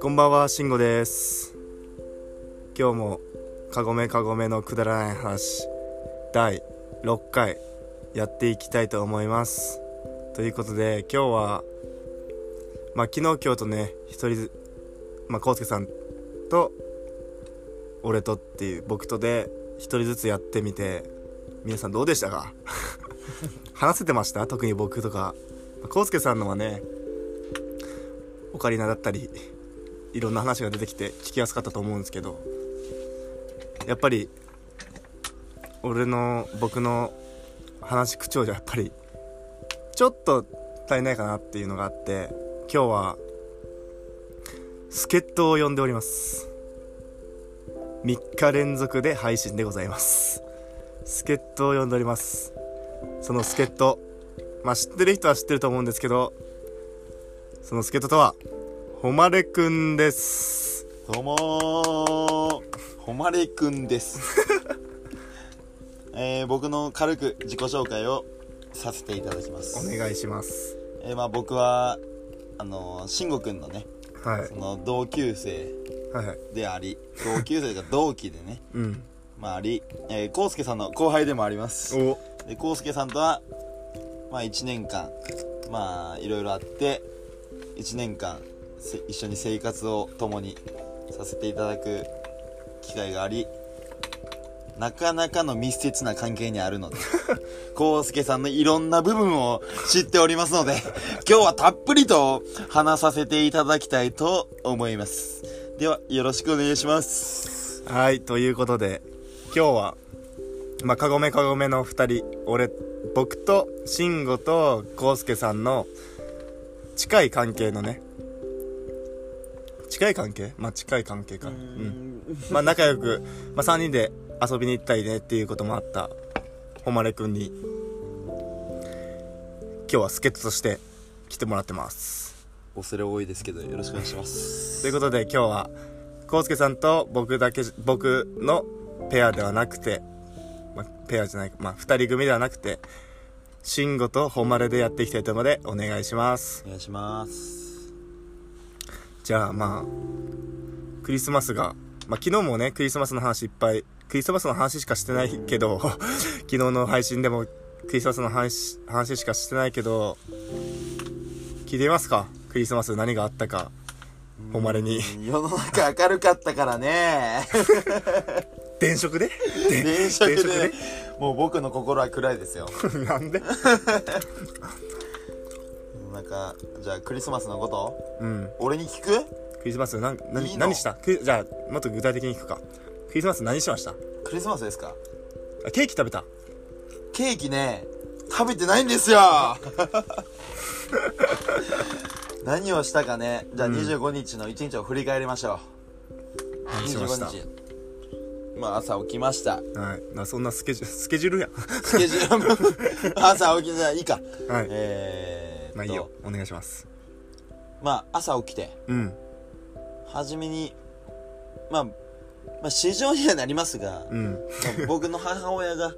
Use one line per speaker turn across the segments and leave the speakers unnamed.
こんばんは、しんごです。今日も、かごめかごめのくだらない話、第6回、やっていきたいと思います。ということで、今日は、まあ、昨日今日とね、一人ず、まあ、こうすけさんと、俺とっていう、僕とで、一人ずつやってみて、皆さんどうでしたか 話せてました特に僕とか。まあこうすけさんのはね、オカリナだったり、いろんな話が出てきて聞きやすかったと思うんですけどやっぱり俺の僕の話し口調じゃやっぱりちょっと足りないかなっていうのがあって今日は助っ人を呼んでおります3日連続で配信でございます助っ人を呼んでおりますその助っ人まあ知ってる人は知ってると思うんですけどその助っ人とは誉れくんです
どうもーほまれく んです、えー、僕の軽く自己紹介をさせていただきます
お願いします
えーまあ、僕はあのー慎吾くんのね
はい
その同級生
はいはい
であり同級生が同期でね
うん
まああり、えー、康介さんの後輩でもあります
お
で康介さんとはまあ1年間まあいろいろあって1年間せ一緒に生活を共にさせていただく機会がありなかなかの密接な関係にある ので康介さんのいろんな部分を知っておりますので今日はたっぷりと話させていただきたいと思いますではよろしくお願いします
はいということで今日はまあかごめかごめの2人俺僕と慎吾と康介さんの近い関係のね近い関係まあ近い関係かうんまあ仲良く、まあ、3人で遊びに行ったりねっていうこともあった誉くんに今日は助っ人として来てもらってます
恐れ多いですけどよろしくお願いします
ということで今日は康介さんと僕だけ僕のペアではなくて、まあ、ペアじゃないまあ2人組ではなくて慎吾と誉でやっていきたいと思うのでお願いします
お願いします
じゃあまあクリスマスが、まあ、昨日もねクリスマスの話いっぱいクリスマスの話しかしてないけど 昨日の配信でもクリスマスの話話しかしてないけど聞いてみますかクリスマス何があったか誉に
世の中明るかったか らね
電飾で
電飾で
電飾
もう僕の心は暗いですよ
なんで
なんかじゃあクリスマスのこと
うん
俺に聞く
クリスマスなん何
いいの
何したクリじゃあもっと具体的に聞くかクリスマス何しました
クリスマスですか
あケーキ食べた
ケーキね食べてないんですよ 何をしたかねじゃあ25日の1日を振り返りましょう、
何しました
25日まあ朝起きました
はいなそんなスケジュールスケジュールや
スケジュ ール朝起きたらいいか、
はい
えーっと
まあいいよお願いします
まあ朝起きて
うん
初めに、まあ、まあ市場にはなりますが、
う
ま
ん
あ僕の母親が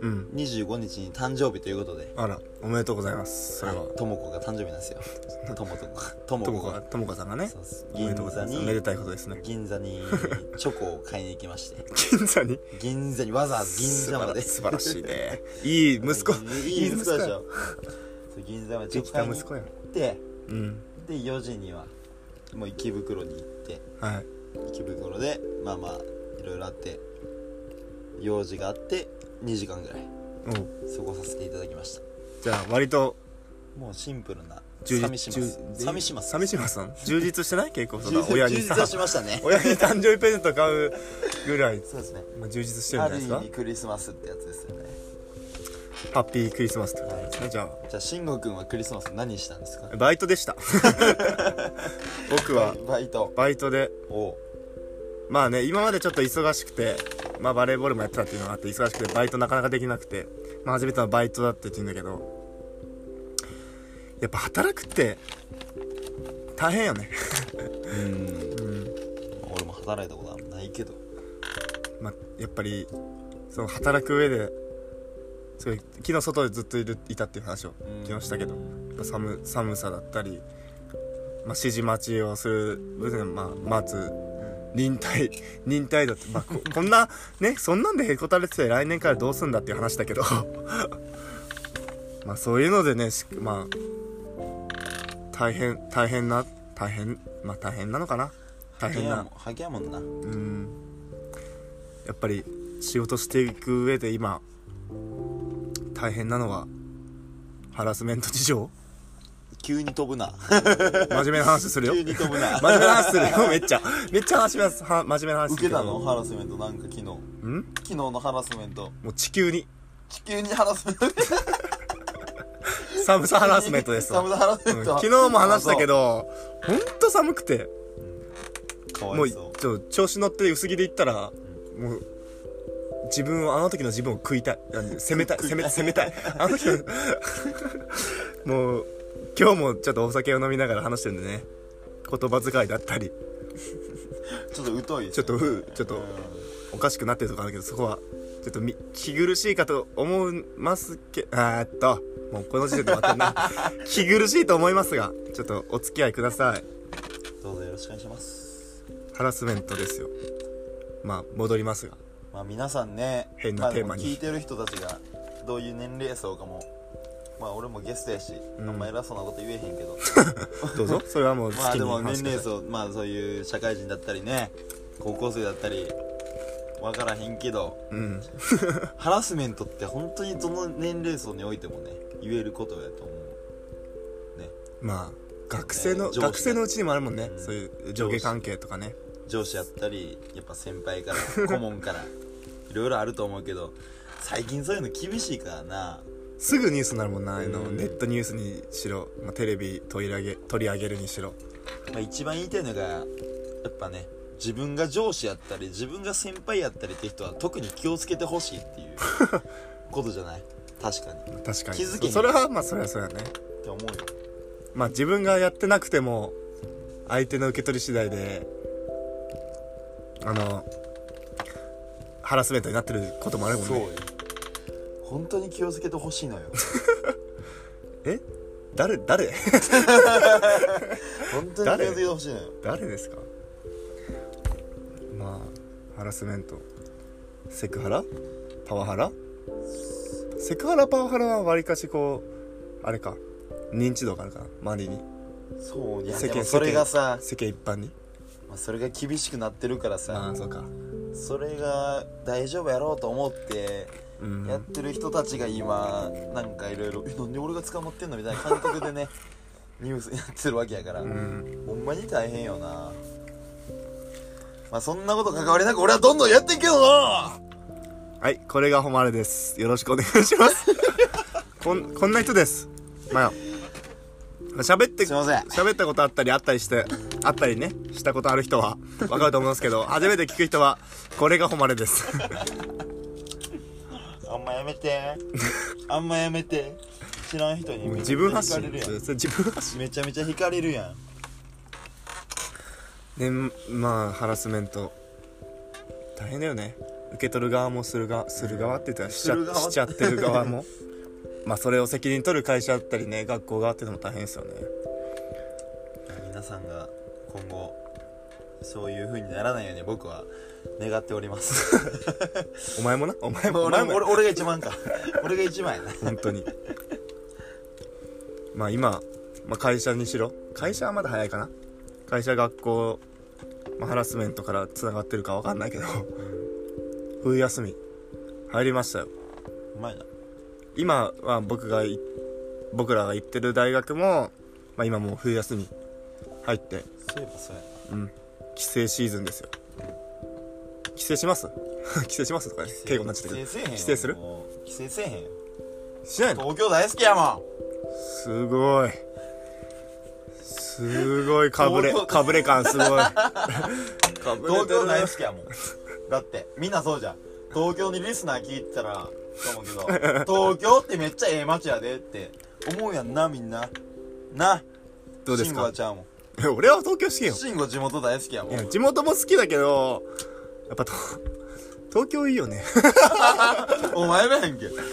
うん
25日に誕生日ということで
あらおめでとうございますそれは
はいとも子が誕生日なん ですよともともとも
と
子
もか
が
ともかさんがね
そうです
おめでとうございます
銀座に
めでたいことですね
銀座にチョコを買いに行きまして
銀座に
銀座にわざわざ銀座まで
素晴ら素晴らしいねいい息子
いい息子でし
や
ょそう銀座までチ
で
ョ
き
コ
た
買いに
息子
行
や
って
うん
で4時にはもう池袋に行って
はい
池袋でまあまあいろいろあって用事があって2時間ぐらい
おう
過ごさせていただきました
じゃあ割と
もうシンプルな
充
寂
実
します寂します
寂しますさん充実 してない結構そ
充
の
実
親
充
に
実
さ
はしまし たね
親に誕生日プレゼント買うぐらい、
そうですね
まあ、充実してるん
あ
じゃないで
る意
すか
味クリスマスってやつですよね
ハッピークリスマスってことですね、じゃ
じゃあ慎吾君はクリスマス何したんですか
あバイトでした僕は
バイト
バイトで
を
まあね今までちょっと忙しくて、まあ、バレーボールもやってたっていうのがあって忙しくてバイトなかなかできなくて、まあ、初めてのバイトだって言ってんだけどやっぱ働くって大変よね
うん俺も働いたことはないけど
まあ、やっぱりその働く上ですごい昨日外でずっといるいたっていう話を
うん
昨日したけど、寒寒さだったりまあ、指示待ちをする部分、まあ、待つ
うん
忍耐 忍耐だって、まあ、ここんなねそんなんでへこたれてて来年からどうすんだっていう話だけど まあそういうのでねしまあ大変大変な大変まあ大変なのかな大変な
ハゲやもんな
うんやっぱり仕事していく上で今大変なのはハラスメント事情
急に飛ぶな
真面目な話するよ 真
急
面
に飛ぶな
目な話するよめっ ちゃめっちゃ話しますは真面目な話す
受
る
け
ど
たのハラスメントなんか昨日
ん
昨日のハラスメント
もう地球に
地球にハラスメント
寒さハラスメントですわ
寒さハラス
う
メ
ん
ント、
昨日も話したけどほんと寒くて
あそうか
も
わ
う
い
ち
そ
ょ調子乗って薄着で行ったらもう自分をあの時の自分を食いたいあの攻めたい攻め攻めたいあの時の もう今日もちょっとお酒を飲みながら話してるんでね言葉遣いだったり
うちょっと疎い
ちょっとふちょっとおかしくなってるとこあるけどそこはちょっとみ気苦しいかと思いますけあーっともうこの時点で終わってん な気苦しいと思いますがちょっとお付き合いください
うんどうぞよろしくお願いします
ハラスメントですよまあ戻りますが
まあ皆さんね
変な
まあ
テーマに
でも聞いてる人たちがどういう年齢層かもまあ俺もゲストやし、
ん
あんま偉そうなこと言えへん けど
どう ぞそれはもう好
ま
き
あで
に
も
話し
年
てくだ
齢
さい
層まあそういう社会人だったりね高校生だったりわからへんけど
うん
ハラスメントって本当にどの年齢層においてもね言えることやと思うね
まあ学生の、
上司
学生のうちにもあるもんね、
うん
そういう上下関係とかね
上司やったりやっぱ先輩から顧問 からいろいろあると思うけど最近そういうの厳しいからな
すぐニュースになるもんなああいうの、
うん
ネットニュースにしろ、まあ、テレビ取り上げ取り上げるにしろ
まあ、一番言いたいのがやっぱね自分が上司やったり自分が先輩やったりって人は特に気をつけてほしいっ ていうことじゃない確かにっ
確かに
気づけへん
そそれはまあそれはそうやね
て思うよ
まあ自分がやってなくても相手の受け取り次第であのハラスメントになってることもあるもん
そうよ
ね
本当に気をつけてほし いのよ
え誰誰
本当に気をつけてほしいのよ
誰ですかまあハラスメントセクハラパワハラセクハラパワハラはわりかしこうあれか認知度があるから周りに
そういや
世
で
間
もそれがさ、
世間一般に
まあ、それが厳しくなってるから
あ
さ
あそうか
それが大丈夫やろうと思って
うん
やってる人たちが今なんかいろいろ「えなんで俺が捕まってんの?」みたいな感覚でね ニュースやってるわけやから、
うん
ほんまに大変よなまあそんなこと関わりなく俺はどんどんやっていけよな
はいこれが誉れですよろしくお願いします こんこんな人ですまあ喋って
すいません
喋ったことあったりあったりしてあったりねしたことある人は分かると思うんですけど初めて聞く人はこれが誉れです
あんまやめてあんまやめて知らん人にめ
自
ちゃめ
分
ちゃ
発
惹かれ
信
るやん
それ自分発信
めちゃめちゃ惹かれるやん
でまあハラスメント大変だよね受け取る側もするがする側って言ったらしちゃ
する側
しちゃってる側もまあそれを責任取る会社だったりね学校側っていうのも大変ですよね
皆さんが今後そういう風にならないように僕は願っております
お前もなお前もお
俺
前
俺
も
俺が一番か俺が一番やな
本当にまあ今、まあ、会社にしろ会社はまだ早いかな会社学校、まあ、ハラスメントからつながってるかわかんないけど冬休み入りましたよ
うまいな
今は僕がい僕らが行ってる大学も、まあ、今もう冬休み入って、
そういえばそうやな
うん、帰省シーズンですよ帰省します 帰省しますとかね敬語になっちゃったけ
帰
ど
省せえへんよ
帰省する
もう帰省せえへんよ
しないの
東京大好きやもん
すごいすごいかぶれ
東京
かぶれ感すごいかぶれ
東
てる
京
な
大好きやもんだってみんなそうじゃん東京にリスナー聞いてたらと思うけ ど東京ってめっちゃええ街やでって思うやんなみんなな
どうです
慎吾は
か
ちゃうもん
俺は東京好きよ
慎吾地元大好きやもん
いや地元も好きだけどやっぱと東京いいよね
お前らやんけうん
やっ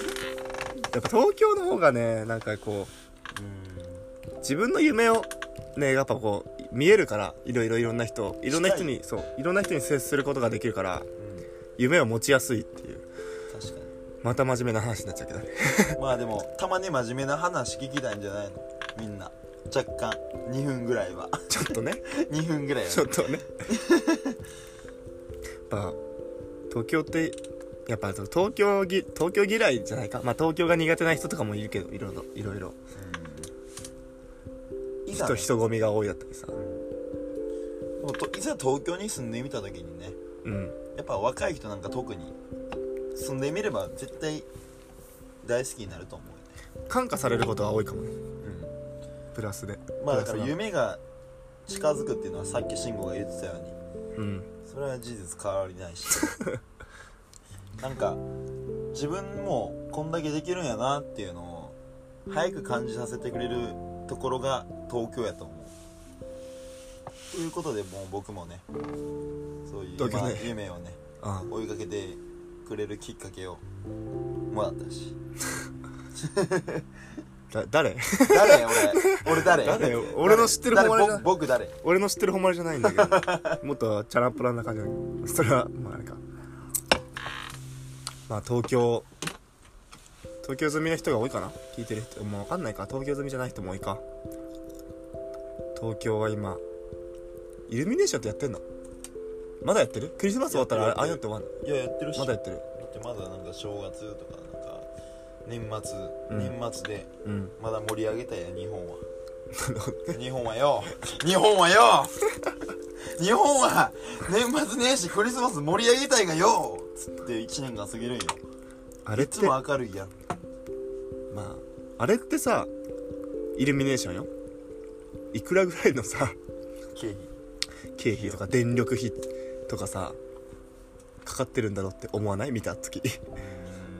ぱ東京の方がねなんかこう自分の夢をねやっぱこう見えるからいろいろいろんな人いろんな人にそういろんな人に接することができるから夢を持ちやすいっていう
確か
また真面目な話になっちゃうけどね
にまあでもたまに真面目な話聞きたいんじゃないのみんな若干2分ぐらいは
ちょっとね
2分ぐらいは
ちょっとね やっぱ東京ってやっぱ東京ぎ東京嫌いじゃないかまあ東京が苦手な人とかもいるけどいろいろいろいろ
うんいざね
人人混みが多いだったりさ
でもといざ東京に住んでみた時にね
うん
やっぱ若い人なんか特に住んでみれば絶対大好きになると思う
感化されることは多いかもね
よね、
プラスで
まあだ
プ
か
ラス
ら
な
夢が近づくっていうのはさっき慎吾が言ってたよう
う
に
ん
それは事実変わり ないしなんか自分もこんだけできるんやなっていうのを早く感じさせてくれるところが東京やと思うということでもう僕もねそういう
東京ね
まあ夢をね
あ
追いかけてくれるきっかけをもらったし
あだ誰
誰俺俺誰
誰俺の知ってる
誰
誉れだ
ぼ僕誰
俺の知ってる誉れじゃないんだけどもっとチャランポランな感じのそれはまああれかまあ東京東京済みの人が多いかな聞いてる人もう分かんないか東京済みじゃない人も多いか東京は今イルミネーションってやってんのまだやってるクリスマス終わったらあれああいうのって終わんの
いややってるし
まだやってる
だってまだなんか正月とかなんか年末、
うん
年末で
うん
まだ盛り上げたいや日本 は
なるほど
日本はよ日本はよ日本は年末年始クリスマス盛り上げたいがよつって1年が過ぎるんよ
あれっ
いつ
てま
も明るいやん
ああれってさイルミネーションよいくらぐらいのさ
経費
経費とか電力費とかさかかってるんだろうって思わない見た時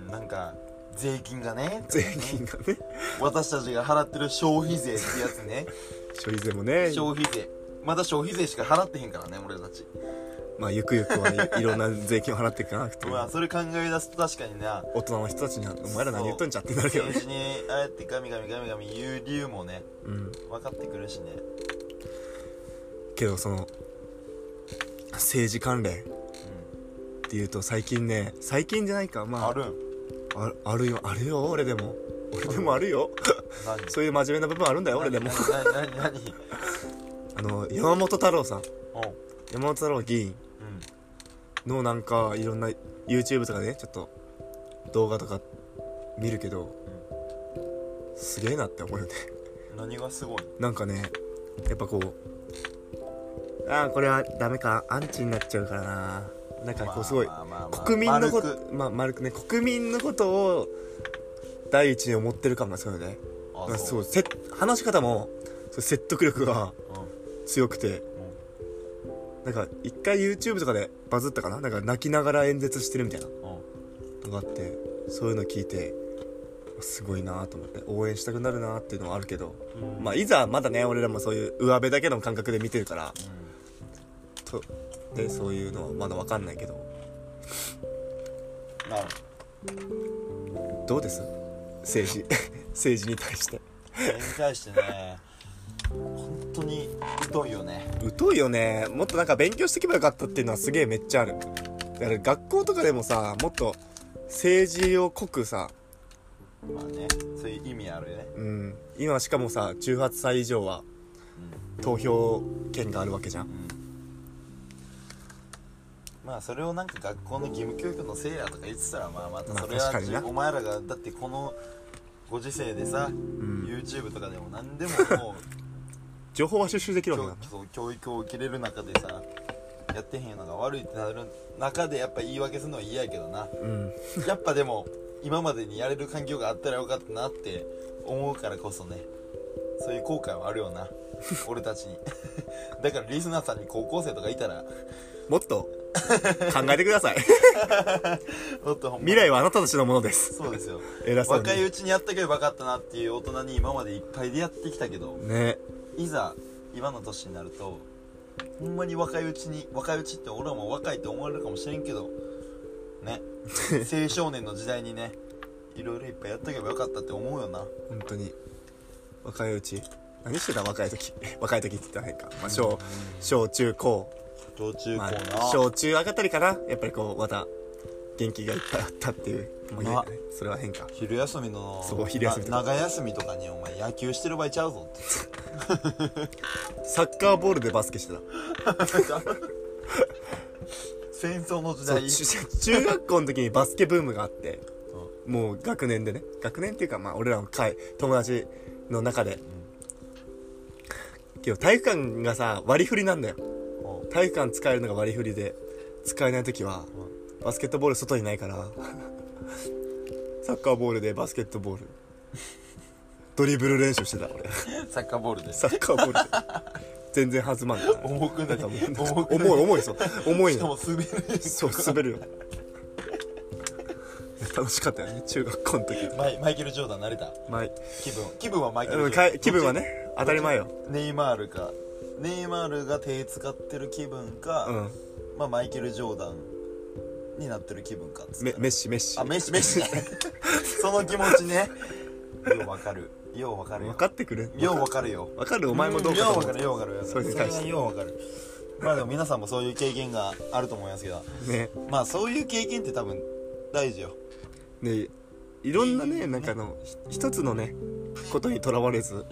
うんなんか税金がね
税金がね
私たちが払ってる消費税ってやつ ね
消費税もね
消費税まだ消費税しか払ってへんからね俺たち
まあゆくゆくはいいろんな税金を払っていかなくて
まあそれ考え出すと確か にな
大人の人たちには「お前ら何言っとんじゃ」ってなるけどね
政治にああやってガミガミガミガミ言う理由もね
うん
分かってくるしね
けどその政治関連っていうと最近ね最近じゃないか
う
ま
ん
あ
あるん
ああるよあるよ俺でも俺でもあるよ
何
そういう真面目な部分あるんだよ俺でも
何何何何
あの山本太郎さん
おう
山本太郎議員
うん
のなんかいろんな YouTube とかねちょっと動画とか見るけど、すげえなって思うよね
何がすごい
なんかねやっぱこうああこれはダメかアンチになっちゃうからななんかこうすごい、
まあまあまあまあ
国民のこと
丸く
まあ丸くね国民のことを第一に思ってる感がすごいよねなん
あ
かすご
そう
いせ話し方もそう説得力が強くて
うんう
なんか一回 YouTube とかでバズったかななんか泣きながら演説してるみたいなん
うん
のがあってそういうの聞いてすごいなと思って応援したくなるなっていうのはあるけど、
うん
まあいざまだね俺らもそういう上辺だけの感覚で見てるから
う
とでそういうのはまだ分かんないけど
んなる
どうです政治 政治に対して
それに対してね本当に疎いよね
疎いよねもっとなんか勉強してけばよかったっていうのはすげえめっちゃあるだから学校とかでもさもっと政治を濃くさ
まあねそういう意味あるよね
うん今しかもさ18歳以上は投票権があるわけじゃん
うんまあそれをなんか学校の義務教育のせいやとか言ってたらまあまた
まあ
それ
確かにな
はお前らがだってこのご時世でさ、YouTube とかでも何でも もう
情報は収集できるわけ
教
だ
そう教育を受けれる中でさやってへんのが悪いってなる中でやっぱ言い訳するのは嫌やけ どな
うん
やっぱでも今までにやれる環境があったらよかったなって思うからこそねそういう後悔はある よな俺たちに だからリスナーさんに高校生とかいたら
もっと考えてくだ さい
もっとほんまに
未来はあなたたちのものです
そうですよ
偉そうに
若いうちにやってけばよかったなっていう大人に今までいっぱい出会ってきたけど
ね
いざ今の年になるとほんまに若いうちに若いうちって俺らも若いって思われるかもしれんけど ね青少年の時代にねいろいろいっぱいやってけばよかったって思うよな
本当に若いうち何してた若い時 若い時って言ったら変か、まあ、小小中高、
小中
ま
高
あ
な、、
小中上がったりかなやっぱりこうまた元気がいっぱいあったっていうもう言えないそれは変か
昼休みの
そう昼休みとか
な長休みとかにお前野球してる場合ちゃうぞって
サッカーボールでバスケしてた
戦争の時
そう
代
中 中学校の時にバスケブームがあってもう学年でね学年っていうかまあ俺らの会友達の中で、けど体育館がさ割り振りなんだよ
うん
体育館使えるのが割り振りで使えない時はバスケットボール外にないから サッカーボールでバスケットボールドリブル練習してた俺
サッカーボールで
サッカーボールで全然弾まんない
重くない
なんか
重くない
重い重いそう重い
しか
の
も滑る
そう滑るよ楽しかったよね中学校の時
マイマイケル・ジョーダンなれた
まあ
気分気分はマイケル・ジ
う
ョ
ん
ーダ
か
ン
気分はね当たり前よ
ネイマールかネイマールが手使ってる気分か、
うん
まあ、マイケル・ジョーダンになってる気分かっつった
メ
ら
メッシメッシ
あメッシメッ シねその気持ちねようわかるようわかるよ
分かってくれ
ようわかるよ
分かるお前もどうか
よ
と
う
思
わかるようわかるようわかる
それに対して
れはようわかるまあでも皆さんもそういう経験があると思いますけど
ね
まあそういう経験って多分大事よ
ねいろんなねなんかあのひ一つのねことにとらわれず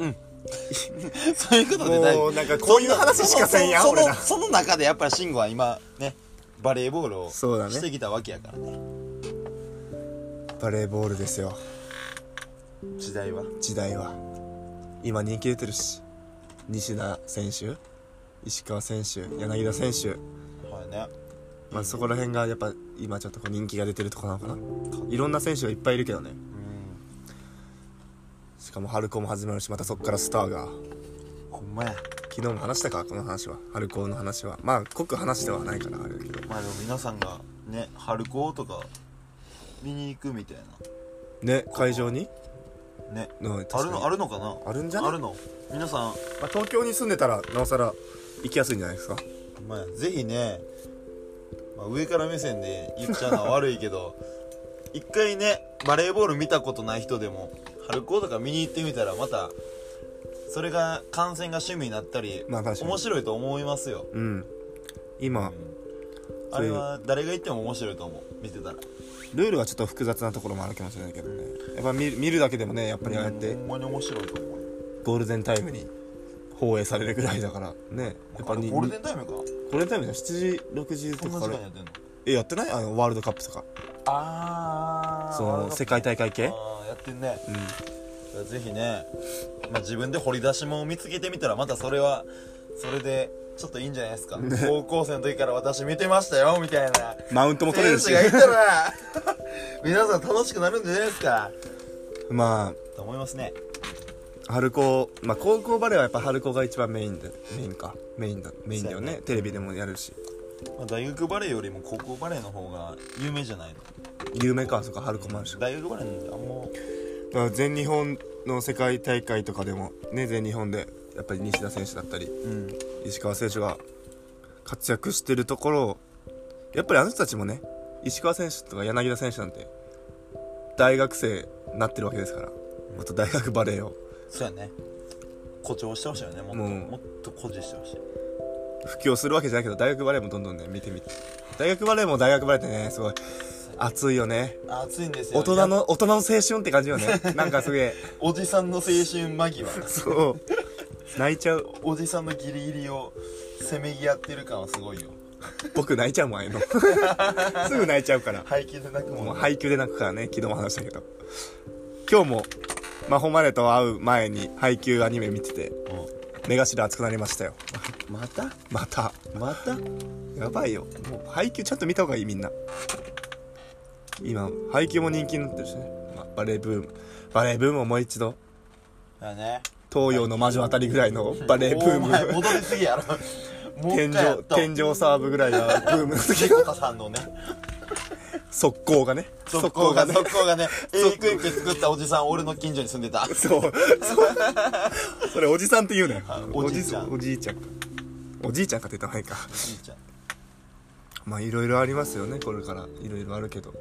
そういうことで大事
もうなんかこういう話しかせんや
その
俺ら
そのその中でやっぱり慎吾は今ねバレーボールを
そうだね
してきたわけやからね
バレーボールですよ
時代は
時代は今人気出てるし西田選手石川選手柳田選手、
はいね
まあ、そこら辺がやっぱ今ちょっとこう人気が出てるとこなのかないろんな選手がいっぱいいるけどね
うん
しかも春高も始まるしまたそこからスターが
ほんまや
昨日も話したかこの話は春高の話はまあ濃く話してはないからあれだけど
まあでも皆さんがね春高とか見に行くみたい
ね会場に
なね
の
あるのあ
る
るのかな
あるんじゃない
あるの皆さん
まあ、東京に住んでたらなおさら行きやすいんじゃないですか
まあ、ぜひね、まあ、上から目線で言っちゃうのは悪いけど一回ねバレーボール見たことない人でも春高とか見に行ってみたらまたそれが観戦が趣味になったり、
まあ確かに
面白いと思いますよ、
うん今
うんあ
そうい
れ
う
は誰が行っても面白いと思う見てたら
ルールはちょっと複雑なところもあるかもしれないけどねやっぱ見る見るだけでもねやっぱりああやって
ほんまに面白いと思う
ゴールデンタイムに放映されるぐらいだからねやっ
あ
ぱ
れ
に
ゴール
ゴ
デンタイムか
ールデンタイムじゃん7時6時
そ
と
んな
か
時
か
間
ら
やってんの
えやってないあのワールドカップとか
ああ
その世界大会系
あーやってんね
うん
ぜひね、まあ、自分で掘り出し物を見つけてみたらまたそれはそれでちょっといいんじゃないですか、高校生の時から私見てましたよみたいな
マウントも取れるし
選手がいたら 皆さん楽しくなるんじゃないですか
ま
と思いますね
あ春高まあ高校バレーはやっぱ春高が一番メインでメインかメインだメインだよ
そう
ねテレビでもやるし
まあ大学バレーよりも高校バレーの方が有名じゃないの
有名かそっか春高もあるし
大学バレーなんてあんま
だから全日本の世界大会とかでもね全日本でやっぱり西田選手だったり
うん
石川選手が活躍してるところをやっぱりあの人たちもね石川選手とか柳田選手なんて大学生になってるわけですからもっと大学バレーを
そうやね誇張してほしいよねもっと、
うん
もっと誇示してほしい
普及をするわけじゃないけど大学バレーもどんどんね見てみて大学バレーも大学バレーってねすごい熱いよね
暑いんですよ
大人の大人の青春って感じよ ねなんかすげえ
おじさんの青春間際
そう泣いちゃう
おじさんのギリギリをせめぎ合ってる感はすごいよ
僕泣いちゃうもんああいう のすぐ泣いちゃうから
背景でなくも
もう
ね
配給で泣くからね昨日も話したけど今日もマホマレと会う前に配給アニメ見てて目頭熱くなりましたよ
うんまた
また
また
やばいよもう配給ちゃんと見た方がいいみんな今配給も人気になってるしね、まあバレーブームバレーブームをもう一度
だね
東洋の魔女あたりぐらいのバレーブー
お前
ム
戻りすぎや ろもう
天
一回や
井
った
天井サーブぐらいがブームの 時
瀬古田さんのね
速攻がね
速攻が
ね
速攻がねエイクイク作ったおじさん俺の近所に住んで た
そう。そう。それおじさんって言うなよ
あ。お
お
じ
じ
いちゃん
おじいちゃんか。おじいちゃんかって言ったらないか。
じいちゃん
まあいろいろありますよね、これから。いろいろあるけど。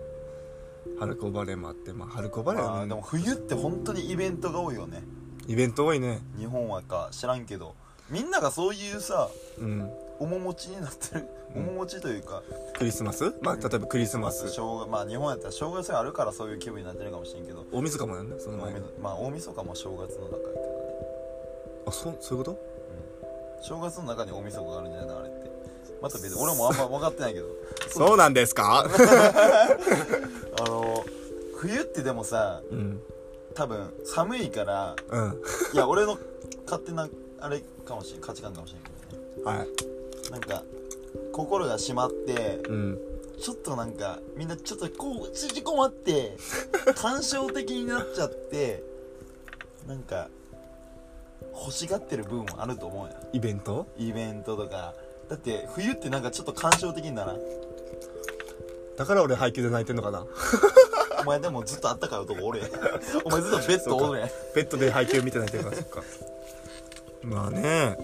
春子バレーもあって、まあ春子バレー
ま
は
あで
ね
も冬って本当にイベントが多いよね
イベント多いね
日本はか知らんけどみんながそういうさ
うん
面持ちになってる
うん
面持ちというか、
クリスマスまあ例えばクリスマス
正月まあ日本やったら正月があるからそういう気分になってるかもしれんけど、
大晦日もやんねその
大
前に
晦まあ大晦日も正月の中やけどね、
あそうそういうこと
うん、正月の中に大晦日があるんじゃないのあれってまた別に俺もあんま分かってないけど
そうなんですか
あの冬ってでもさ
うん
多分寒いから
うん
い や俺の勝手なあれかもしれん価値観かもしれんけどね
はい
なんか心が締まって
うん
ちょっとなんかみんなちょっとこう縮こまって 感傷的になっちゃってなんか欲しがってる部分もあると思うよ
イベント
イベントとかだって冬ってなんかちょっと感傷的にならん
だから俺配給で泣いてんのかな
お前でもずっとあったかい男おれ お前ずっとベッドおれ
ベッドで配給見て泣いてるからそっかまあね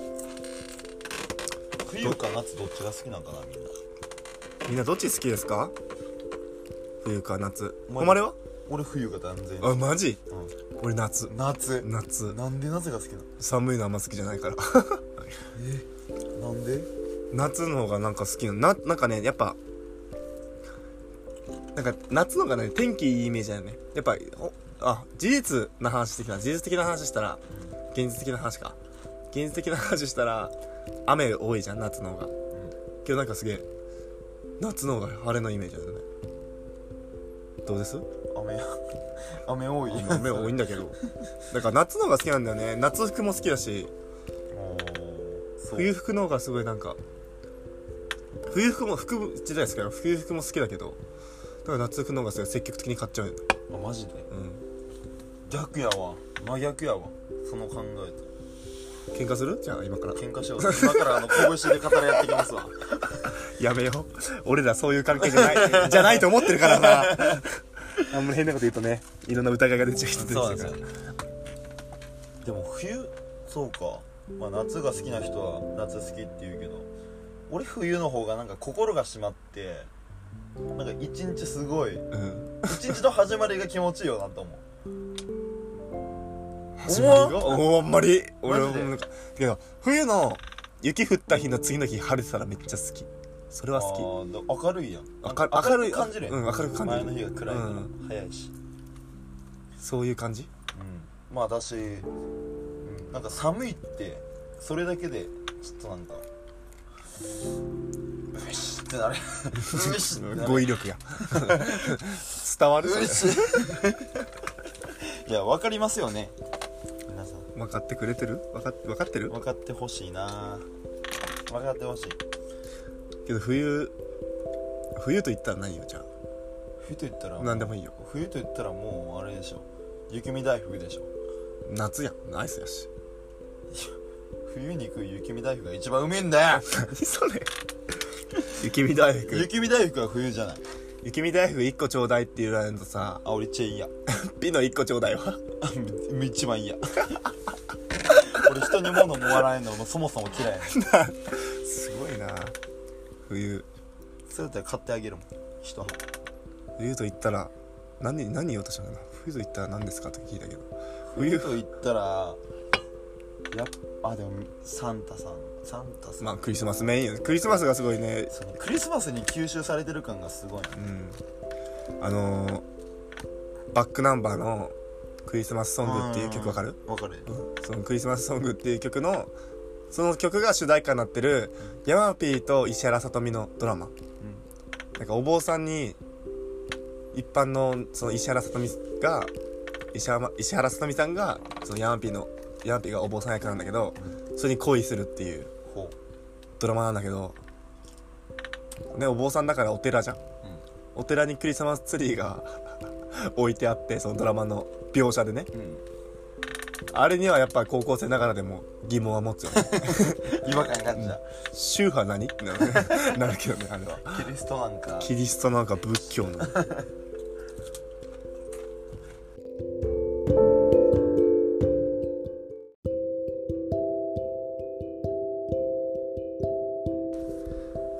冬か夏どっちが好きなんかなみんな
みんなどっち好きですか冬か夏
お前
誉れは
俺冬が断然、
あマジ
う
俺夏
ん、夏
夏
なんで夏が好きなの
寒いのあんま好きじゃないから
えなんで
夏の方がなんか好きなのななんかねやっぱなんか夏の方がね天気いいイメージだよねやっぱおあ事実な話的な事実的な話したら現実的な話か現実的な話したら雨多いじゃん夏の方がけどなんかすげえ夏の方が晴れのイメージだよねどうです
雨 雨多い
今目多いんだけ どだから夏の方が好きなんだよね夏服も好きだし
おーそう
冬服の方がすごいなんか冬服も服自体好きだから冬服も好きだけどだから夏服の方がすごい積極的に買っちゃうよ、
あマジで
うん、
逆やわ真逆やわその考え
喧嘩するじゃあ今から
と喧嘩しようぜ今からあの拳で語り合ってきますわ
やめよう俺らそういう関係じゃないじゃないと思ってるからさ あんまり変なこと言うとねいろんな疑いが出ちゃう人出て
そうなん
き
です
てる
よ
から
でも冬そうか、まあ、夏が好きな人は夏好きって言うけど俺冬の方がなんか心が締まってなんか一日すごい
うん
一日の始まりが気持ちいいよなと思う
始まりが
お
おあんまり
マ
俺
ジで
もなんかけど冬の雪降った日の次の日晴れてたらめっちゃ好きそれは好き
あーだ明るいやん
明る
なんか
明るい
く感じるやん、
うん明るく感じる
前の日が暗
う
いから、
ん
早いし、
そういう感じ
うん、まあ私、うん、なんか寒いってそれだけでちょっとなんかうっしってなるうっしってなる
語彙 力が伝わる
うっしいや分かりますよね皆さん
分かってくれてる分かっ分かってる
分かってほしいな分かってほしい
けど冬冬と言ったら何よじゃ
冬と言ったら
あ何でもいいよ
冬と言ったらもうあれでしょ雪見大福でしょ
夏やんアイスやし
冬に食う雪見大福が一番うめえんだよ
何それ 雪見大福
雪見大福は冬じゃない
雪見大福1個ちょうだいって言われるとさ
あ俺ちゃいや
ピの1個ちょうだいは
一番嫌俺人に物もらえんのもそもそも嫌い
すごいな冬
そうやったら買ってあげるもん人の
冬と言ったら何何言おうとしたのかな冬と言ったら何ですかって聞いたけど
冬
冬
と言ったらやっぱあでもサンタさんサンタさん、
まあクリスマスメインよクリスマスがすごいね
そのクリスマスに吸収されてる感がすごいな
うんあのーバックナンバーの「クリスマスソング」っていう曲わかる、
わかる
そのクリスマスソングっていう曲のその曲が主題歌になってる山ピーと石原さとみのドラマなんかお坊さんに一般のその石原さとみが石原石原さとみさんがその山ピーの山ピーがお坊さん役なんだけどそれに恋するっていう
ほ
ドラマなんだけどねお坊さんだからお寺じゃん
う、
お寺にクリスマスツリーが 置いてあってそのドラマの描写でね
うんうん、
あれにはやっぱ高校生ながらでも疑問は持つよね
違和感感じた、
宗派何 ってなるねなるけどねあれは
キリストなんか
キリストなんか仏教の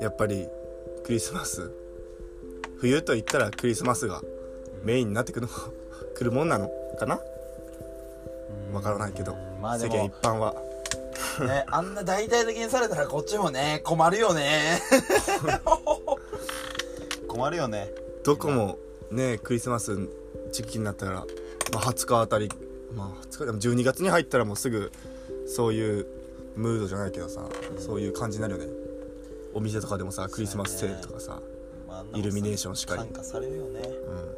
やっぱりクリスマス冬と言ったら クリスマスがメインになってくるのくるもんなのかな
うん
わからないけど、
まあで
世
も
間一般は
ね、あんな大々的にされたらこっちもね、困る よね。困るよね。
どこもねクリスマス時期になったら、まあ、20日あたりまあ20日でも12月に入ったらもうすぐそういうムードじゃないけどさ、そういう感じになるよねお店とかでもさクリスマスセールとかさ、
まああんなもん
イルミネーションしかり
感化されるよね。
うん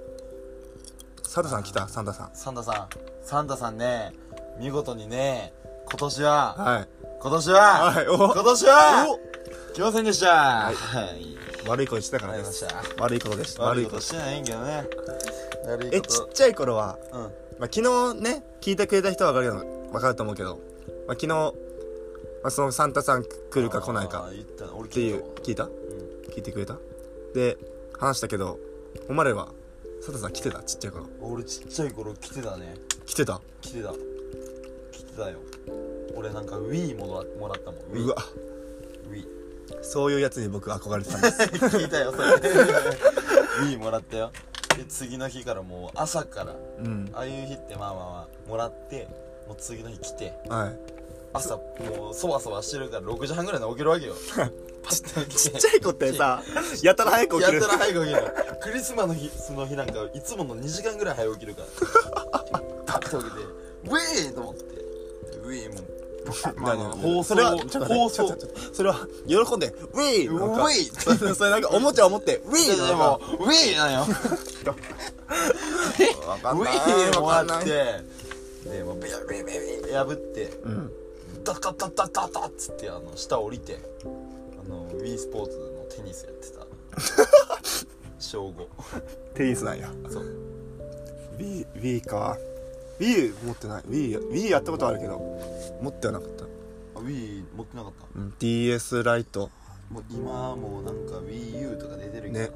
サンタさん来たサンタさん
サンタさん、サンタさんね、見事にね、今年は、
はい
今年は、
はいお
今年は、来ませんでした。はい。
悪いことしてたから
あり
で
ますした。
悪いことです
悪いことしてないんけどね。悪い
え
こ
ちっ
と。
ちゃい頃は、
うん。
まあ、昨日ね聞いてくれた人は分かるよ分かると思うけど、まあ、昨日、まあ、そのサンタさん来るか来ないか
あー。言ったの俺
って
聞い
い
た
う
わ
聞いた
うん
聞いてくれたで話したけどお前らは佐藤さん来てたちっちゃい頃
俺ちっちゃい頃来てたね。
来てた
来てた来てたよ俺なんか Wii もらもらったもん Wii
うわ
Wii
そういうやつに僕憧れてたんです
聞いたよそ れ Wii もらったよで次の日からもう朝から
うん
ああ いう日ってまあまあまあもらってもう次の日来て
はい
朝もうそわそわしてるから6時半ぐらいに起きるわけよパッと起きて
ちっちゃい子って さやたら早く起きる
やったら早く起きるクリスマスの日その日なんかいつもの2時間ぐらい早起きるから パッと起きてウェーと思ってウェーもうまあまあ放
そ
送
れはちょっと
放
待って
送
ちょっと待ってちょっと待ってそれは喜んで「ウィー!」なんか
ウィ
それなんかおもちゃを持って「ウィー!」
でもウェーなんよ
分かんない
ウェーも
わかん
あ
な
っ
い
てでもうビャビャビャビャ破って
うん
ダカダダダダっつってあの下降りてあの Wii スポーツのテニスやってた小5
テニスなんや
そう
Wii Wii か Wii 持ってない Wii Wii やったことあるけど持ってはなかった、
あ Wii 持ってなかった
うん、DS ライト
もう今もうなんか WiiU とか出てるけど、
ね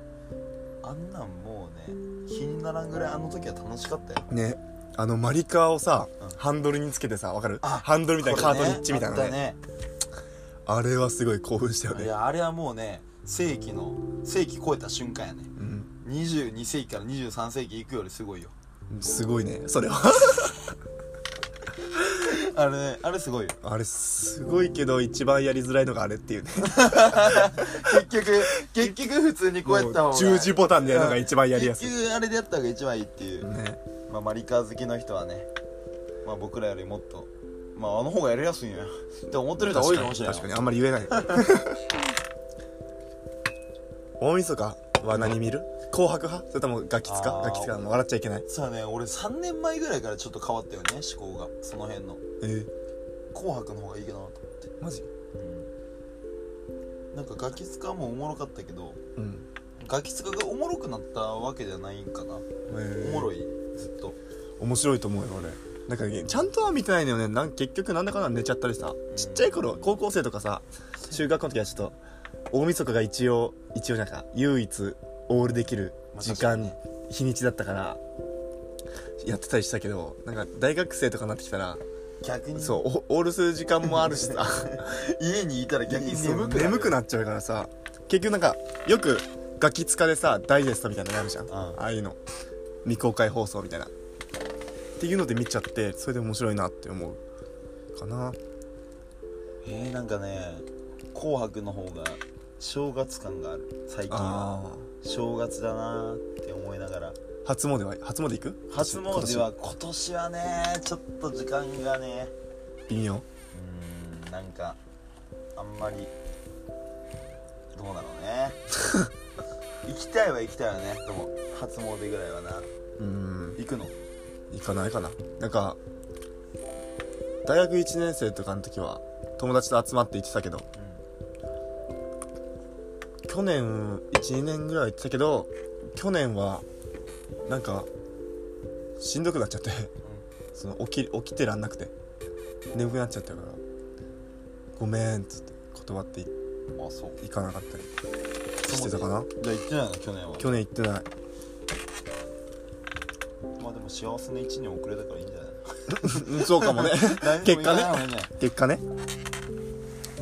あんなんもうね気にならんぐらいあの時は楽しかったよ
ねあのマリカーをさ、
うん
ハンドルにつけてさわかる
あ
ハンドルみたいなカートリッジみたいな
こ
ね
れね
あれはすごい興奮した
あ
よ
ったねい
ね
やあれはもうね世紀の世紀超えた瞬間やね
うん
22世紀から23世紀行くよりすごいよ
すごいねそれは
あれねあれすごいよ
あれすごいけど一番やりづらいのがあれっていうね
結局結局普通にこうやった方
もう
が
十字ボタンでやるのが一番やりやすい
結局あれでやった方が一番いいっていう、
ね
まあ、マリカー好きの人はね、まあ、僕らよりもっとまああの方がやりやすいんやって思ってる人多いかもしれない
確かに確かにあんまり言え ない大晦日は何見る紅白派それともガキツか
あー
ガキツかもう笑っちゃいけない
そうだね俺3年前ぐらいからちょっと変わったよね思考がその辺の
えー、
「紅白」の方がいいかなと思って、
マジ
うん、なんかガキ使もおもろかったけど
うん
ガキ使がおもろくなったわけじゃないんかなおもろいずっと
面白いと思うよ俺なんかねちゃんとは見てないのよねなん結局なんだかんだ寝ちゃったりさちっちゃい頃高校生とかさ中学校の時はちょっと大晦日が一応一応なんか唯一オールできる時間、
まあ
日にちだったからやってたりしたけどなんか大学生とかになってきたら
逆に
そうおオールする時間もあるしさ
家にいたら 逆に
そう
眠くなる
眠くなっちゃうからさ結局なんかよくガキ使でさダイジェストみたいなのあるじゃん、
ん
ああいうの未公開放送みたいなっていうので見ちゃってそれで面白いなって思うかな
えー、なんかね「紅白」の方が正月感がある最近は
あ
正月だなーって思いながら
初詣は初詣行く
初
今年
詣は今年はねちょっと時間がね
微妙
うーんなんかあんまりどうだろう ね行きたいは行きたいよねでも初詣ぐらいはな
うん
行くの
行かないかななんか大学1年生とかの時は友達と集まって行ってたけど去年12年ぐらい行ってたけど去年はなんかしんどくなっちゃってその起き起きてらんなくて眠くなっちゃったから「ごめん」っつって断ってい
うんあそう
行かなかったりしてたかな
じゃあ行ってないの去年は
去年行ってない
まあでも幸せな一年遅れたからいいんじゃない
うんそうかもね
何にも行かない方がいいんじゃない
結果ね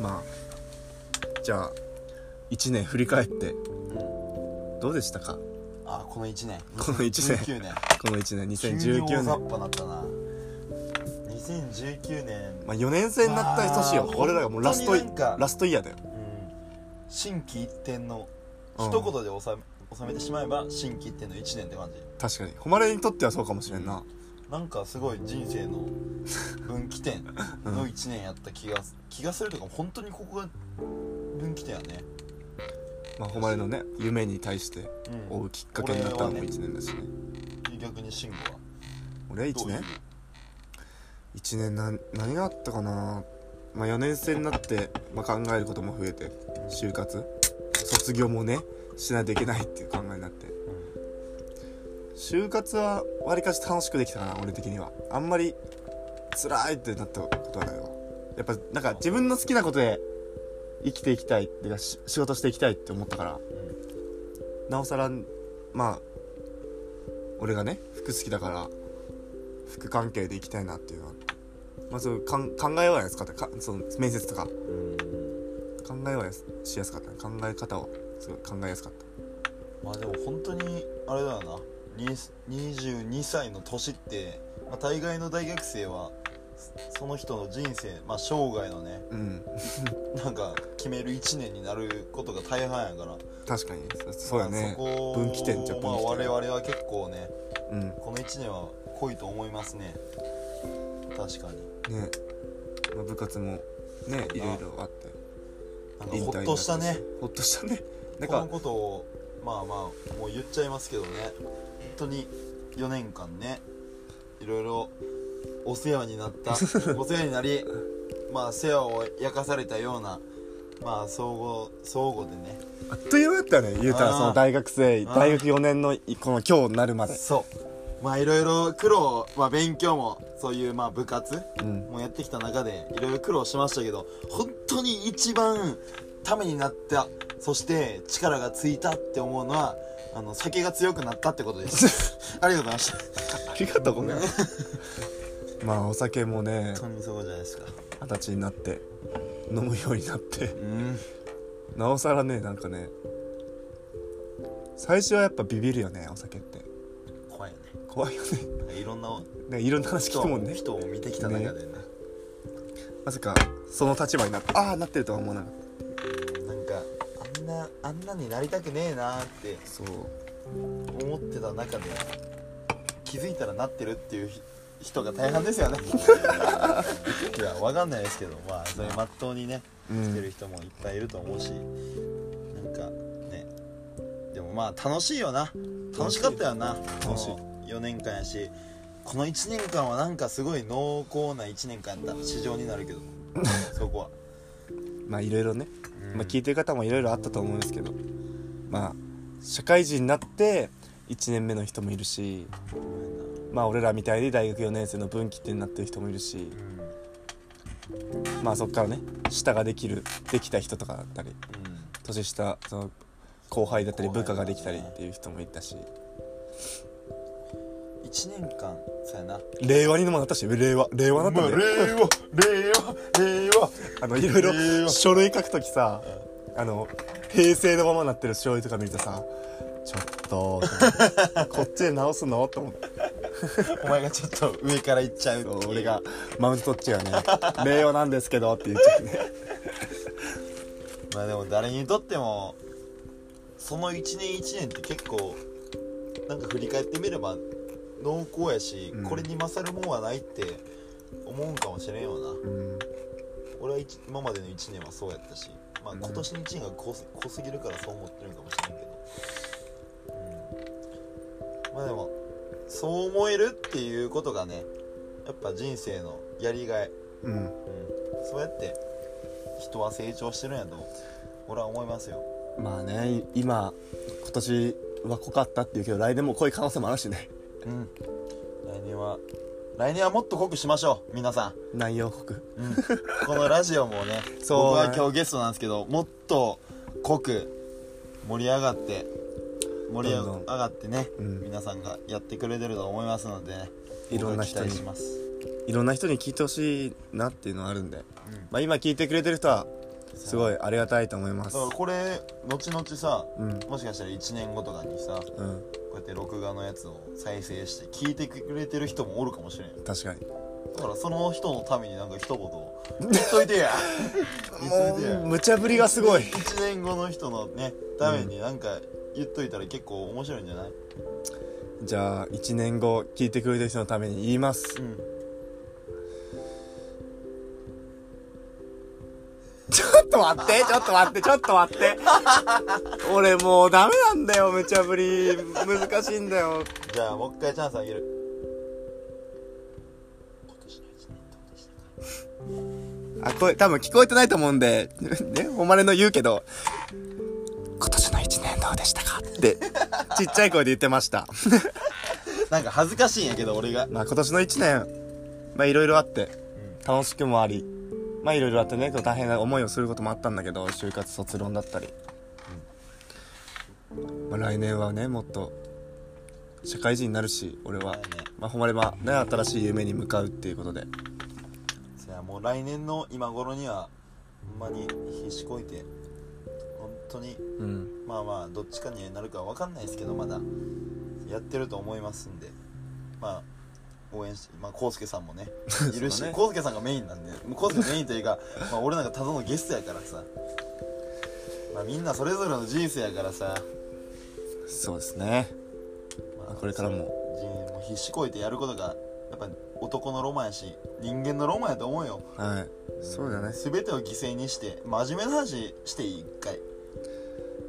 まあじゃあ1年振り返ってどうでしたか
あこの1年
この1年
2019年
この1年
急に大
2019
雑
年
把なったな2019年、
まあ、4年生になった人しよ
まあ
俺らがもうラストイ
本当になんか
ラストイヤーだよ
うん、新規一点の
うん
一言で収め,、収めてしまえば新規一点の1年って感じ
確かに誉れにとってはそうかもしれんな
なんかすごい人生の分岐 点の1年やった気が気がするとか本当にここが分岐点やね、
まあ、誉れのね夢に対して
う
追うきっかけになったのも1年だしね
ん、逆に慎吾は
俺は1年1年なん何があったかな、まあ、4年生になって、まあ、考えることも増えて就活卒業もねしないといけないっていう考えになって就活はわりかし楽しくできたかな俺的にはあんまり辛いってなったことはないわやっぱなんか自分の好きなことで生きていきたいっていうかし仕事していきたいって思ったからなおさらまあ俺がね服好きだから服関係で行きたいなっていうのはまあそうかん考えはやすかったかその面接とか
うんうん
考えはやすしやすかったね考え方はすごい考えやすかった
まあでも本当にあれだよなに22歳の年って、まあ、大概の大学生はその人の人生、まあ、生涯のね
うん
なんか決める1年になることが大半やから
確かにそそうや
まあ
ね
そこを
分岐点っちゃ分岐点
まあ、我々は結構ね
うん
この1年は濃いと思いますね確かに
ね、まあ、部活もねいろいろあって
なんか
引退になた
ほっ
し
としたね
ほっとした ねなん
この
か
ことをまあまあもう言っちゃいますけどね本当に4年間ねいろいろお世話になったお世話になりまあ世話を焼かされたようなまあ相互相互でね
あっという間だったよね言うたら
あー
その大学生
あー
大学4年のいこの今日になるまで
そうまあいろいろ苦労、まあ、勉強もそういうまあ部活
うん
もうやってきた中でいろいろ苦労しましたけど本当に一番ためになったそして力がついたって思うのはあの酒が強くなったってことです ありがとうございました
ありがとうございます まあお酒もね
本当にそうじゃないですか
二十歳になって飲むようになって
うん
なおさらねなんかね最初はやっぱビビるよねお酒って
怖いよね
怖いよね
なんかいろんな
ねいろんな話聞
人
くもん
を
ね
人を見てきた中でね
まさかその立場になってああなってるとは思わなかっ
なんかあんなあんなになりたくねえなーって
たそう
思ってた中で気づいたらなってるっていうひ人が大半ですよね いやわかんないですけどまあそれまっとうにね
う
生きて
ん
る人もいっぱいいると思うし、なんかねでもまあ楽しいよな楽しかったよな
楽しい
4年間やしこの1年間はなんかすごい濃厚な1年間だ市場になるけどそこは、
まあいろいろね
うん
まあ、聞いてる方もいろいろあったと思うんですけどまあ社会人になって1年目の人もいるしまあ俺らみたいで大学4年生の分岐点になってる人もいるし
うんうん
まあそっからね下ができるできた人とかだったり年下その後輩だったり部下ができたりっていう人もいたし
1年間そうやな
令和にもなったし令和令和だったんだよ
令和令和令和
あのいろい
令
ろ
和
書類書くときさあの平成のままになってる書類とか見るとさちょっとこっちで直すのと思って。
お前がちょっと上から行っちゃうっていう
俺がマウント取っちゃうよね令和なんですけどって言っちゃうね
まあでも誰にとってもその1年1年って結構なんか振り返ってみれば濃厚やし、
うん
これに勝るもんはないって思うんかもしれんよな
うん
俺は一今までの1年はそうやったしまあ
うん
今年の1年が濃す濃すぎるからそう思ってるんかもしれんけど、うん、まあでもそう思えるっていうことがねやっぱ人生のやりがい
うん
うんそうやって人は成長してるんやと俺は思いますよ
まあねい今今年は濃かったっていうけど来年も濃い可能性もあるしね
うん来年は来年はもっと濃くしましょう皆さ
内容濃く
ん、うん、このラジオもね
そう
僕は今日ゲストなんですけどもっと濃く盛り上がって盛り
ど
上
んどん
がってね、
うん
皆さんがやってくれてると思いますのでね
いろんな人
僕は期
に
待します、
いろんな人に聞いてほしいなっていうのはあるんで、
う
まあ、今聞いてくれてる人は
ん、
すごいありがたいと思いま
だ
す
からこれ後々さ
うん
もしかしたら1年後とかにさ
うん
こうやって録画のやつを再生して聞いてくれてる人もおるかもしれんよ
確かに
だからその人のためになんか一 言言っといてや言っ
も
といてや
う無茶ぶりがすごい
1年後の人のねためになんか言っといたら結構面白いんじゃない
じゃあ1年後聞いてくれる人のために言います
うん
ちょっと待ってちょっと待ってちょっと待って俺もうダメなんだよ無茶ぶり難しいんだよ
じゃあもう一回チャンスあげる
あこれ多分聞こえてないと思うんでねおまれの言うけど今年の1年どうでしたかってちっちゃい声で言ってました
なんか恥ずかしいんやけど俺が
まあ今年の1年、まあいろいろあって、楽しくもあり、まあいろいろあってね、大変な思いをすることもあったんだけど、就活卒論だったり。まあ来年はね、もっと、社会人になるし、俺は
はいね。
まあ、ほんまれば、ね、新しい夢に向かうっていうことで。
そやもう来年の今頃にはほんまに必死こいて本当に
うん。
まあまあどっちかになるかは分かんないですけどまだやってると思いますんでまあ応援してまあ浩介さんもねいるし
そうだね
浩介、さんがメインなんでもう浩介メインというかまあ俺なんかただのゲストやからさまあみんなそれぞれの人生やからさ、
そうですね。
まあ
これからも
その人もう必死こいてやることがやっぱ男のロマンやし人間のロマンやと思うよ
はい。そうだね。
全てを犠牲にして真面目な話していい一回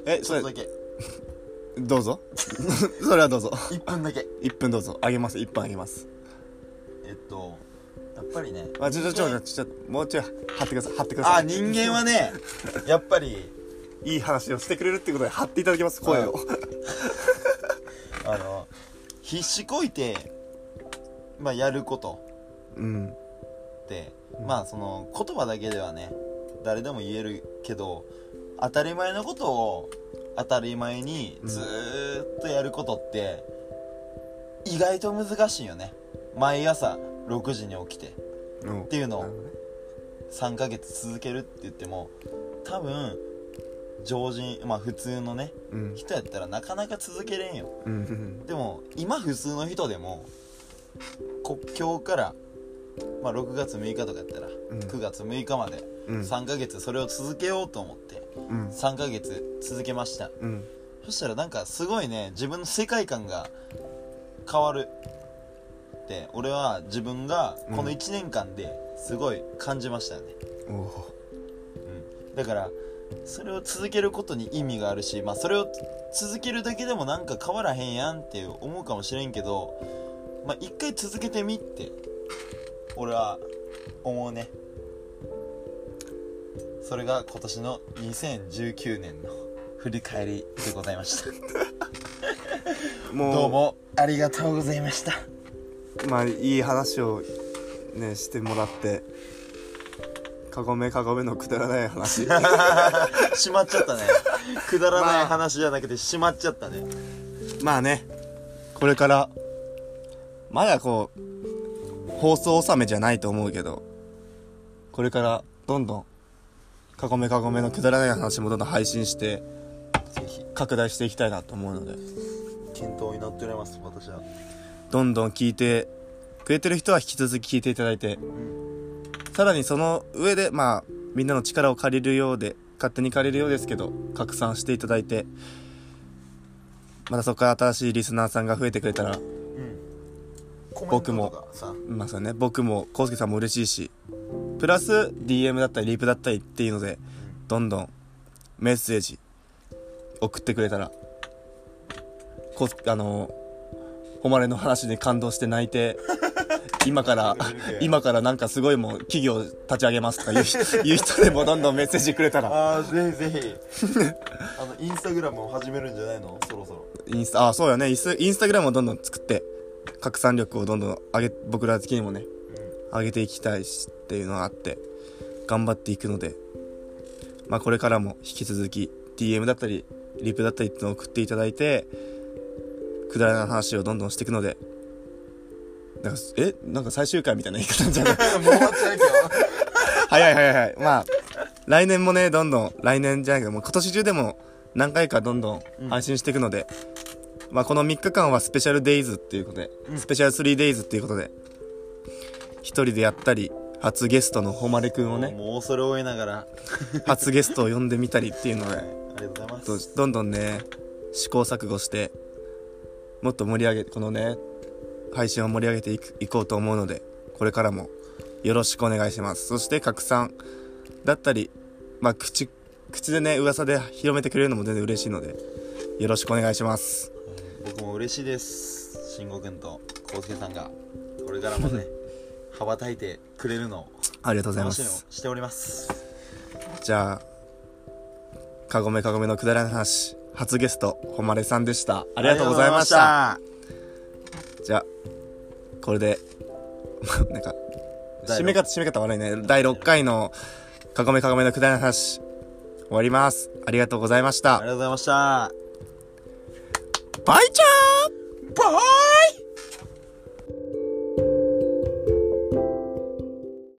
え、
ち
そ
ょ
れ
っとだ、け
どうぞ。 それはどうぞ。
1分だけ
1分どうぞ。あげます。1分あげます。
えっとやっぱりね
あ、ちょ、ちょ、ちょ、ちょ、ちょ、もうちょい、貼ってください。貼ってください。
あ人間はね やっぱり
いい話をしてくれるってことで張っていただきます声を
あの必死こいて、まあ、やること
うん
ってまあその言葉だけではね誰でも言えるけど当たり前のことを当たり前にずーっとやることって、意外と難しいよね毎朝6時に起きて
っ
っていうのを
ね、
3ヶ月続けるって言っても多分常人まあ普通のね
うん
人やったらなかなか続けれんよ
うん
でも今普通の人でも国境から、まあ、6月6日とかやったら、
ん
9月6日まで
うん
3ヶ月それを続けようと思って
うん
3ヶ月続けました
うん
そしたらなんかすごいね自分の世界観が変わるって俺は自分がこの1年間ですごい感じましたよね、
おお
うん、だからそれを続けることに意味があるし、まあ、それを続けるだけでもなんか変わらへんやんって思うかもしれんけど、まあ、一回続けてみって俺は思うねそれが今年の2019年の振り返りでございました
もう
どうもありがとうございま した
まあいい話をねしてもらってカゴメカゴメのくだらない話
しまっちゃったねくだらない話じゃなくてしまっちゃったね、
まあねこれからまだこう放送納めじゃないと思うけどこれからどんどんカゴメカゴメのくだらない話もどんどん配信して
ぜひ
拡大していきたいなと思うので
検討になっております私は
どんどん聞いてくれてる人は引き続き聞いていただいて、さらにその上でまあみんなの力を借りるようで勝手に借りるようですけど拡散していただいてまたそこから新しいリスナーさんが増えてくれたら僕も
コメントとかさ
まあそうね僕も康介さんも嬉しいしプラス DM だったりリプだったりっていうのでどんどんメッセージ送ってくれたらこあの誉れの話に感動して泣いて今から今からなんかすごいもう企業立ち上げますとか言う言う人でもどんどんメッセージくれたら
ああぜひぜひ あのインスタグラムを始めるんじゃないのそろそろ
インスタあそうやねインスインスタグラムをどんどん作って拡散力をどんどん上げ僕ら的にもね上げていきたいしっていうのがあって頑張っていくので、まあ、これからも引き続き DM だったりリプだったりっていうのを送っていただいてくだらない話をどんどんしていくのでなんかえなんか最終回みたいな言い方じゃない
もう終わっちゃうけど
早い早い早いまあ来年もねどんどん来年じゃないけどもう今年中でも何回かどんどん配信していくので、まあ、この3日間はスペシャルデイズっていうことで、スペシャル 3days っていうことで一人でやったり初ゲストの誉れくんをね
もう恐れ多いながら、
初ゲストを呼んでみたりっていうの
はい、
で
ありがとうございま
ど
す
どんどんね試行錯誤してもっと盛り上げこのね配信を盛り上げていくいこうと思うのでこれからもよろしくお願いしますそして拡散だったりまあ口口でね噂で広めてくれるのも全然嬉しいのでよろしくお願いします
僕も嬉しいです慎吾君と浩介さんがこれからも ね羽ばたいてくれるのを
ありがとうございま
楽しみを
す
しております
じゃあかごめかごめのくだらない話初ゲスト誉れさんでしたありがとうございました
ありがとうございま
じゃあ、これで、 まあなんか、
第
締め方、締め方悪いね。第6回の、かごめかごめのくだらない話、終わります。ありがとうございまし
したあ
た。
りがとうございました
バイチャー
バイ